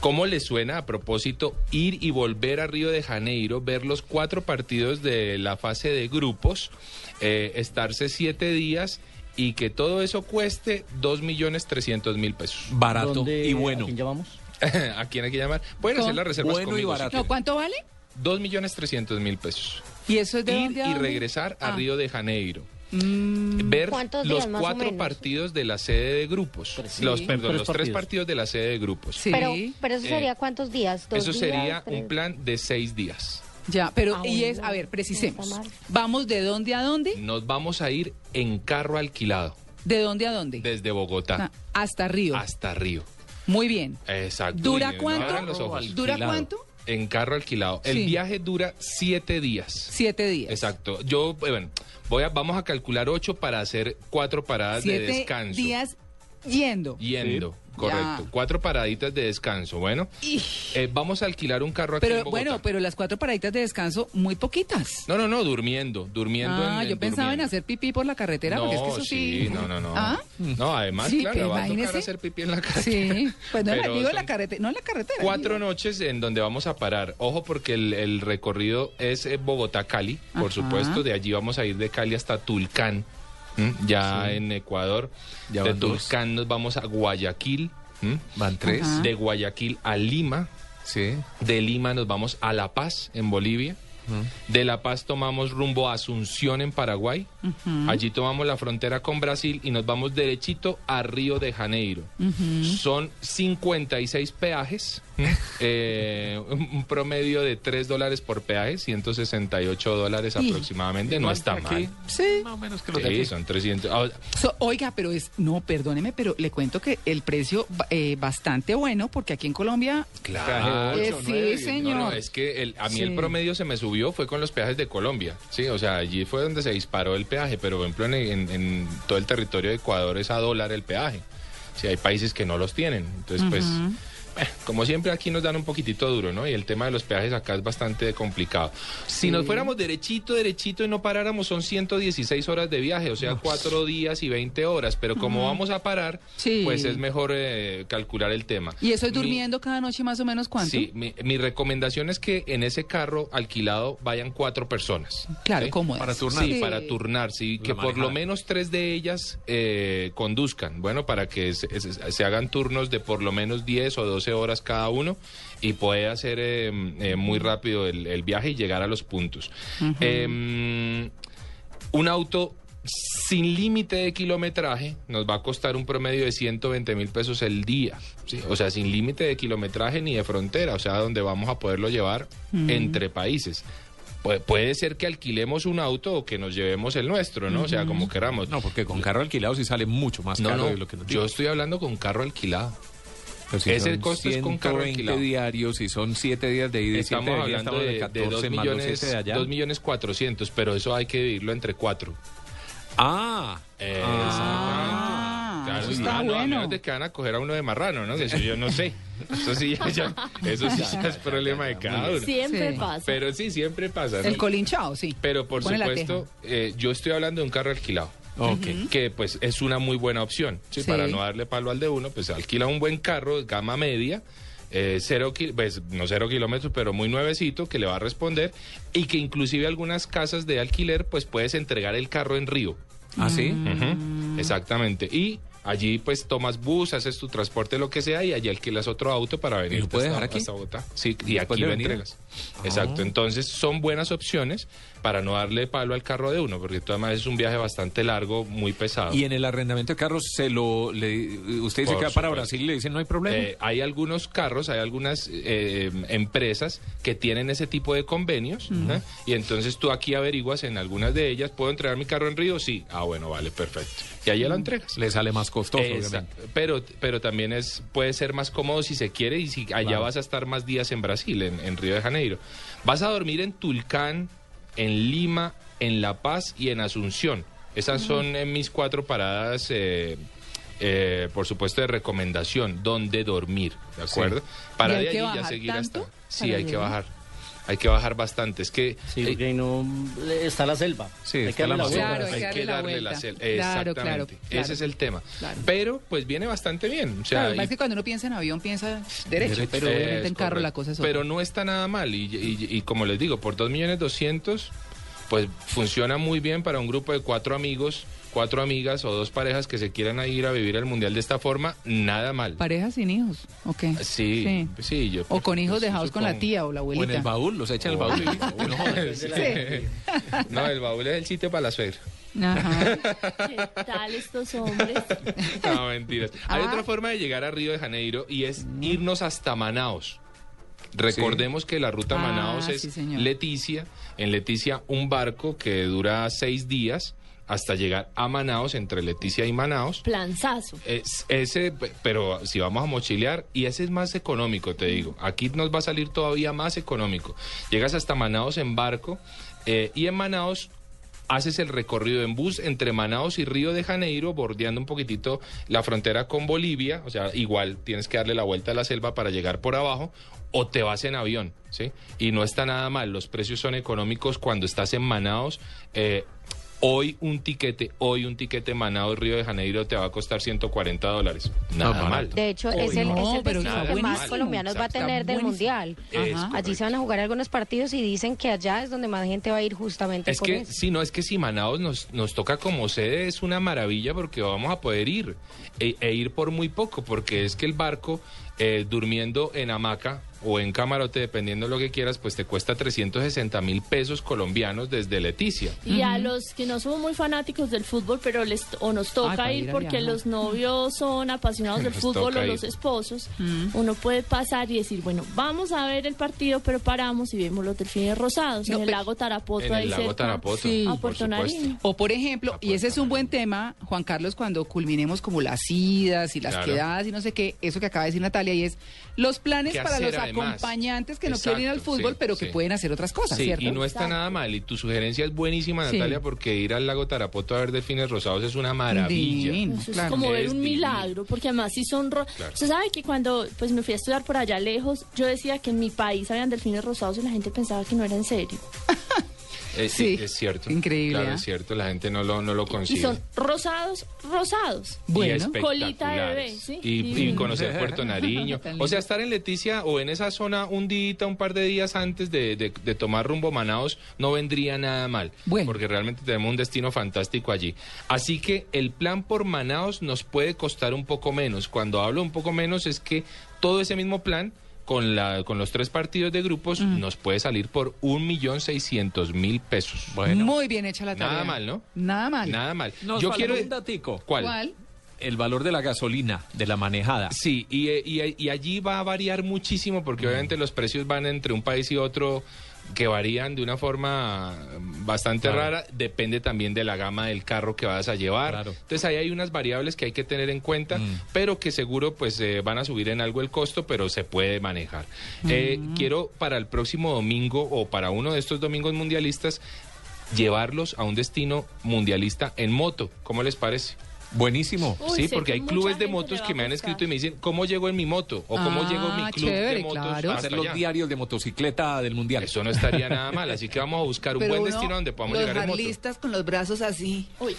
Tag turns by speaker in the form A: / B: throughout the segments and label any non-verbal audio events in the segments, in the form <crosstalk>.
A: ¿Cómo le suena a propósito ir y volver a Río de Janeiro, ver los cuatro partidos de la fase de grupos, eh, estarse siete días y que todo eso cueste 2.300.000 pesos? <laughs>
B: Barato
C: ¿Dónde-
B: y
C: ¿A
B: bueno.
C: quién llamamos?
A: ¿A quién hay que llamar? Pueden hacer
D: Con-
A: las reservas
B: bueno y
A: conmigo.
B: barato.
D: No, pues- ¿cuánto vale?
A: 2.300.000 pesos.
D: ¿Y eso es de
A: ir
D: dónde a
A: y
D: dónde?
A: regresar a
D: Ah. Mm.
A: Río de Janeiro. Ver
E: ¿Cuántos
A: los
E: días, más o
A: cuatro
E: menos?
A: partidos de la sede de grupos.
C: Tres.
A: Los,
C: Sí.
A: perdón,
C: Tres
A: los tres
C: partidos.
A: partidos de la sede de grupos.
D: Sí,
E: Pero, pero eso
A: Eh,
E: sería cuántos días? ¿Dos
A: Eso
E: días,
A: sería
E: tres?
A: un plan de seis días.
D: ya, pero
E: Ah,
D: y es,
E: bueno,
D: a ver, precisemos.
E: no está mal.
D: ¿Vamos de dónde a dónde?
A: Nos vamos a ir en carro alquilado
D: ¿De dónde a dónde?
A: desde Bogotá
D: Ah, hasta Río.
A: hasta Río.
D: Muy bien.
A: Exacto.
D: ¿Dura
A: Y no
D: cuánto?
A: abran los ojos.
D: ¿Dura
B: Alquilado.
D: cuánto?
A: En carro alquilado. El
D: Sí.
A: viaje dura siete días.
D: Siete días.
A: Exacto. Yo, eh, bueno, voy a, vamos a calcular ocho para hacer cuatro paradas
D: Siete
A: de descanso.
D: días yendo.
A: Yendo,
D: Sí.
A: correcto.
D: Ya.
A: Cuatro paraditas de descanso. Bueno,
D: Y-
A: eh, vamos a alquilar un carro aquí en
D: pero
A: Bogotá.
D: bueno, pues- pero las cuatro paraditas de descanso, muy poquitas.
A: No, no, no, durmiendo, durmiendo.
D: ah,
A: en- en
D: yo pensaba en
A: durmiendo.
D: hacer pipí por la carretera,
A: no,
D: porque es que eso sí.
A: no, no, no.
D: <laughs> ¿Ah?
A: No, además,
D: Sí,
A: claro,
D: pero
A: va a tocar
D: imagínese.
A: hacer pipí en la carretera.
D: Sí, pues no, en la,
A: Pero
D: digo en
A: son
D: la carretera, no en la carretera.
A: <laughs> Cuatro noches en donde vamos a parar. Ojo, porque el, el recorrido es eh, Bogotá-Cali, por
D: Ajá.
A: supuesto. De allí vamos a ir de Cali hasta Tulcán, ¿m? ya en Ecuador.
B: Ya
A: de
B: van dos.
A: Tulcán nos vamos a Guayaquil. ¿m?
B: Van tres.
D: Ajá.
A: De Guayaquil a Lima.
B: Sí.
A: De Lima nos vamos a La Paz, en Bolivia. De La Paz tomamos rumbo a Asunción, en Paraguay. Allí tomamos la frontera con Brasil y nos vamos derechito a Río de Janeiro. Son 56 peajes, eh, un un promedio de 3 dólares por peaje, 168 dólares
D: Y-
A: aproximadamente. No está mal.
D: Sí.
B: Más o menos que los de
A: Sí,
B: aquí.
A: son 300. Ah,
D: So- oiga, pero es, no, perdóneme, pero le cuento que el precio ba- eh, bastante bueno, porque aquí en Colombia,
A: Claro.
D: Eh, sí, señor.
A: No, no, es que el- a mí el
D: Sí.
A: promedio se me subió fue con los peajes de Colombia. Sí, o sea, allí fue donde se disparó el peaje, pero por ejemplo en, en- en todo el territorio de Ecuador es a dólar el peaje. Sí, hay países que no los tienen. Entonces, pues, bueno, como siempre aquí nos dan un poquitito duro, ¿no? Y el tema de los peajes acá es bastante complicado. Si nos fuéramos derechito, derechito y no paráramos, son 116 horas de viaje, o sea, cuatro días y 20 horas. Pero como vamos a parar,
D: Sí.
A: pues es mejor eh, calcular el tema.
D: y eso es
A: Mi-
D: durmiendo cada noche más o menos cuánto.
A: Sí, mi, mi recomendación es que en ese carro alquilado vayan cuatro personas.
D: Claro,
A: ¿sí?
D: cómodas.
B: Para turnar.
A: Sí, para turnar, sí,
B: La
A: que por lo
B: manejada.
A: menos tres de ellas eh, conduzcan, bueno, para que se, se- se hagan turnos de por lo menos 10 o 12 horas cada uno y pueda hacer eh, eh, muy rápido el, el viaje y llegar a los puntos. Em, un auto sin límite de kilometraje nos va a costar un promedio de 120 mil pesos el día. ¿sí? O sea, sin límite de kilometraje ni de frontera. O sea, donde vamos a poderlo llevar entre países. Pu- puede ser que alquilemos un auto o que nos llevemos el nuestro, ¿no? O sea, como queramos.
B: No, porque con carro alquilado sí sale mucho más
A: no,
B: caro
A: no,
B: de lo que nos
A: yo
B: dijo.
A: estoy hablando con carro alquilado.
B: Pero si
A: ese
B: pues son
A: costo es con carro
B: 120
A: alquilado.
B: diarios y son 7 días de ida y 7
A: Estamos
B: de ida,
A: hablando
B: estamos
A: de,
B: de 14
A: 2
B: más los
A: millones,
B: siete de allá.
A: 2 millones 400, pero eso hay que dividirlo entre cuatro.
B: Ah,
D: Ah,
A: Eh, Claro,
D: eso está
A: ah, no, a
D: bueno.
A: menos de que van a coger a uno de marrano, ¿no? Eso yo no sé. Eso sí <laughs> ya, ya- eso sí ya es problema de cada uno.
F: Siempre
D: Sí.
F: pasa.
A: Pero sí, siempre pasa. ¿no?
D: El colinchao, sí.
A: Pero por
D: Pone la
A: supuesto, eh, yo estoy hablando de un carro alquilado.
B: ok.
A: Que pues es una muy buena opción. ¿sí?
D: Sí.
A: Para no darle palo al de uno, pues alquila un buen carro, gama media. eh, cero kil- pues, no cero kilómetros, pero muy nuevecito, que le va a responder y que inclusive algunas casas de alquiler, pues puedes entregar el carro en Río.
B: ¿Ah, sí? Mm.
A: Ujú, Exactamente. Y allí pues tomas bus, haces tu transporte, lo que sea, y allí alquilas otro auto para venir
B: lo puedes dejar aquí?
A: Bogotá. Sí, y
B: Después
A: aquí
B: de
A: lo
B: venir. Ah.
A: entregas. Exacto. Entonces son buenas opciones para no darle palo al carro de uno, porque además es un viaje bastante largo, muy pesado.
B: Y en el arrendamiento de carros se lo le, usted dice
A: Por
B: que va para
A: supuesto.
B: Brasil y le dicen no hay problema.
A: Eh, hay algunos carros, hay algunas eh, empresas que tienen ese tipo de convenios ¿eh? y entonces tú aquí averiguas en algunas de ellas, ¿puedo entregar mi carro en Río? Sí. Ah, bueno, vale, perfecto. Y allí lo
B: Mm.
A: entregas.
B: le sale más costoso,
A: Exacto.
B: obviamente.
A: Pero, pero también es, puede ser más cómodo si se quiere y si allá
B: Claro.
A: vas a estar más días en Brasil, en, en Río de Janeiro. Vas a dormir en Tulcán, en Lima, en La Paz y en Asunción. Esas son eh, mis cuatro paradas, eh, eh, por supuesto, de recomendación, donde dormir, ¿de acuerdo? Para
D: ¿Y hay
A: de
D: que
A: allí ya
D: bajar
A: seguir hasta...
D: tanto
A: Sí,
D: para
A: hay que
D: llegar?
A: bajar. hay que bajar bastante. Es que
C: Sí,
A: eh,
C: porque ahí no está la selva.
B: Sí,
C: hay
B: está
C: que
B: la
C: darle la
B: Amazonia.
C: vuelta.
D: Claro,
A: hay que darle la,
D: vuelta.
A: cel-
D: Claro,
A: Exactamente.
D: claro, claro.
A: Ese es el tema.
D: Claro.
A: Pero pues viene bastante bien. O sea,
D: Claro, lo que pasa
A: y-
D: es que cuando uno piensa en avión piensa derecho,
B: Derecho.
D: pero obviamente
A: Es
D: en carro la
A: correcto.
D: cosa es otra.
A: Pero no está nada mal. Y, y- y como les digo, por 2 millones 200, pues funciona muy bien para un grupo de cuatro amigos, cuatro amigas o dos parejas que se quieran a ir a vivir el mundial de esta forma, nada mal.
D: Parejas sin hijos, ¿ok?
A: Sí, sí, yo. pues,
D: O con hijos
A: yo
D: dejados con la
A: supongo. <laughs>
D: tía o la
B: O en el
D: abuelita.
B: baúl, los echa en el baúl. y- <laughs> pues,
A: Oh, no,
C: Depende de la-
A: no, el baúl es el sitio para la suegra. <laughs>
D: Ajá.
E: ¿Qué tal estos hombres?
A: No, mentiras. Hay
D: Ah.
A: otra forma de llegar a Río de Janeiro y es irnos hasta Manaos. Recordemos que la ruta
D: Ah,
A: Manaos es
D: sí, señor.
A: Leticia. En Leticia un barco que dura seis días hasta llegar a Manaos, entre Leticia y Manaos.
E: Planzazo.
A: Es- ese, pe- pero si vamos a mochilear, y ese es más económico, te digo. Aquí nos va a salir todavía más económico. Llegas hasta Manaos en barco eh, y en Manaos haces el recorrido en bus entre Manaos y Río de Janeiro, bordeando un poquitito la frontera con Bolivia. O sea, igual tienes que darle la vuelta a la selva para llegar por abajo. O te vas en avión, ¿sí? Y no está nada mal. Los precios son económicos cuando estás en Manaos. eh, Hoy un tiquete, hoy un tiquete Manaus Río de Janeiro te va a costar 140 dólares. Nada
B: Ah,
A: mal.
F: De hecho, es
A: Uy,
F: el,
A: no,
F: es el
D: pero
F: destino
A: está
F: que más
A: buenísimo.
F: colombianos va a
A: Está
F: tener del
D: buenísimo.
F: Mundial.
A: Es
D: Ajá.
F: Allí
A: correcto.
F: se van a jugar algunos partidos y dicen que allá es donde más gente va a ir justamente
A: Es
F: por
A: que,
F: eso.
A: sí, no, es que si Manaos nos, nos toca como sede es una maravilla porque vamos a poder ir e, e ir por muy poco, porque es que el barco eh, durmiendo en hamaca o en camarote, dependiendo de lo que quieras, pues te cuesta 360 mil pesos colombianos desde Leticia.
E: Y a los que no somos muy fanáticos del fútbol, pero les o nos
D: Ay,
E: toca
D: para ir
E: ir
D: a
E: porque
D: viajar.
E: los novios
A: <laughs>
E: son apasionados del
A: Nos
E: fútbol
A: toca
E: o
A: ir. Mm.
E: los esposos, uno puede pasar y decir, bueno, vamos a ver el partido, pero paramos y vemos los delfines rosados
D: No,
E: en el
D: pero-
E: lago Tarapoto.
A: en
E: ahí
A: el lago
E: cerca.
A: Tarapoto,
D: Sí.
E: a
A: por
E: Puerto
A: supuesto.
E: Nariño.
D: O por ejemplo, y ese es un buen tema, Juan Carlos, cuando culminemos como las idas y las
A: Claro.
D: quedadas y no sé qué, eso que acaba de decir Natalia, y es los planes
A: ¿Qué
D: para
A: hacer
D: los
A: además?
D: acompañantes que no quieren ir al
A: Exacto,
D: fútbol,
A: sí,
D: pero que
A: sí.
D: pueden hacer otras cosas,
A: Sí,
D: ¿cierto?
A: y no está
E: Exacto.
A: nada mal. Y tu sugerencia es buenísima,
D: Sí.
A: Natalia, porque ir al lago Tarapoto a ver delfines rosados es una maravilla.
D: Divino,
E: Eso
D: claro.
E: es como ver
A: Mm, Es
E: un
A: divino.
E: milagro, porque además sí son... ro-
A: Claro.
E: Usted sabe que cuando pues me fui a estudiar por allá lejos, yo decía que en mi país habían delfines rosados y la gente pensaba que no era en serio.
A: Eh,
D: Sí.
A: sí, es cierto.
D: Increíble,
A: Claro,
D: ¿ah?
A: es cierto. La gente no lo, no lo consigue.
E: Y son rosados, rosados.
A: y
D: Bueno,
A: espectaculares.
E: Colita de bebé, sí.
A: Y, y
E: Divino.
A: conocer
E: <laughs>
A: Puerto Nariño.
D: Tan
A: O
D: lindo.
A: sea, estar en Leticia o en esa zona un día, un par de días antes de, de- de tomar rumbo a Manaos, no vendría nada mal.
D: Bueno.
A: Porque realmente tenemos un destino fantástico allí. Así que el plan por Manaos nos puede costar un poco menos. Cuando hablo un poco menos es que todo ese mismo plan... Con, la, con los tres partidos de grupos nos puede salir por un millón seiscientos mil pesos.
D: muy bien hecha la tarea.
A: Nada mal, ¿no?
D: Nada mal.
A: Nada mal.
B: Nos
A: Yo
B: falta
A: quiero...
B: un datico.
A: ¿Cuál?
D: ¿Cuál?
B: El valor de la gasolina, de la manejada.
A: Sí, y, eh, y, y allí va a variar muchísimo
B: Mm.
A: porque obviamente los precios van entre un país y otro que varían de una forma mm, bastante
B: Claro.
A: rara, depende también de la gama del carro que vas a llevar.
B: Claro. Mm.
A: Entonces ahí hay unas variables que hay que tener en cuenta, pero que seguro pues eh, van a subir en algo el costo, pero se puede manejar. Eh,
B: Mm.
A: quiero para el próximo domingo o para uno de estos domingos mundialistas llevarlos a un destino mundialista en moto. ¿Cómo les parece?
B: Buenísimo.
E: Uy,
A: sí,
E: sé
A: porque
E: que
A: hay
E: mucha
A: clubes de
E: gente
A: motos
E: le va
A: que
E: a
A: me han
E: gustar.
A: escrito y me dicen, ¿cómo llego en mi moto? ¿O cómo
D: Ah,
A: llego en mi club
D: chévere,
A: de motos?
D: claro.
A: hasta
B: Hacer los
A: allá?
B: diarios de motocicleta del mundial.
A: Eso no estaría nada mal, así que vamos a buscar un
D: Pero
A: buen
D: uno,
A: destino donde podamos
D: los
A: llegar en moto.
D: jarlistas con los
A: <laughs>
D: brazos así,
E: Uy.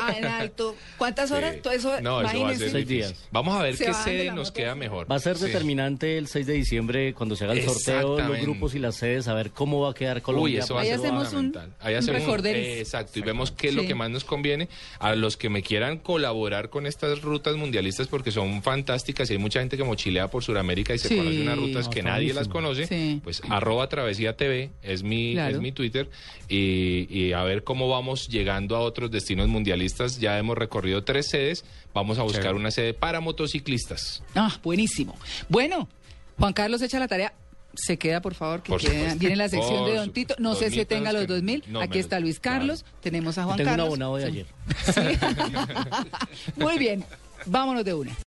D: ah, en alto. ¿Cuántas horas?
A: Sí.
D: Todo eso,
A: no, eso va a ser
D: imagínense.
C: Seis
A: difícil.
C: días.
A: Vamos a ver
D: Se
A: qué
D: bajan de
A: sede
D: la
A: nos
D: moto.
A: queda mejor.
C: Va a ser
A: Sí.
C: determinante el 6 de diciembre cuando se haga el sorteo, los
A: Exactamente.
C: grupos y las sedes, a ver cómo va a quedar Colombia. pues.
A: Uy, eso va a
D: Ahí
A: ser
D: hacemos un-
A: fundamental. Ahí
D: un
A: hacemos un-
D: recorderis.
A: eh, exacto, y vemos qué es lo
D: Sí.
A: que más nos conviene a los que me quieran colaborar con estas rutas mundialistas porque son fantásticas y hay mucha gente que mochilea por Sudamérica y se
D: Sí.
A: conoce unas rutas
C: No,
A: que
C: está
A: nadie las
C: buenísimo.
A: conoce.
D: Sí.
A: Pues arroba travesía TV es mi,
D: Claro.
A: es mi Twitter y, y a ver cómo vamos llegando a otros destinos mundialistas. Ya hemos recorrido tres sedes, vamos a buscar
B: Chévere.
A: una sede para motociclistas.
D: Ah, buenísimo. Bueno, Juan Carlos echa la tarea. Se queda, por favor, que
A: Por
D: queda-
A: supuesto.
D: viene la sección
A: Por
D: de Don
A: supuesto.
D: Tito. No
A: Dos
D: sé
A: mil
D: si tenga
A: pesos
D: los
A: que
D: dos mil.
A: no
D: Aquí
A: me-
D: está Luis Carlos, tenemos a Juan
C: Tengo un
D: Carlos.
C: abonado de ayer.
D: Muy bien, vámonos de una.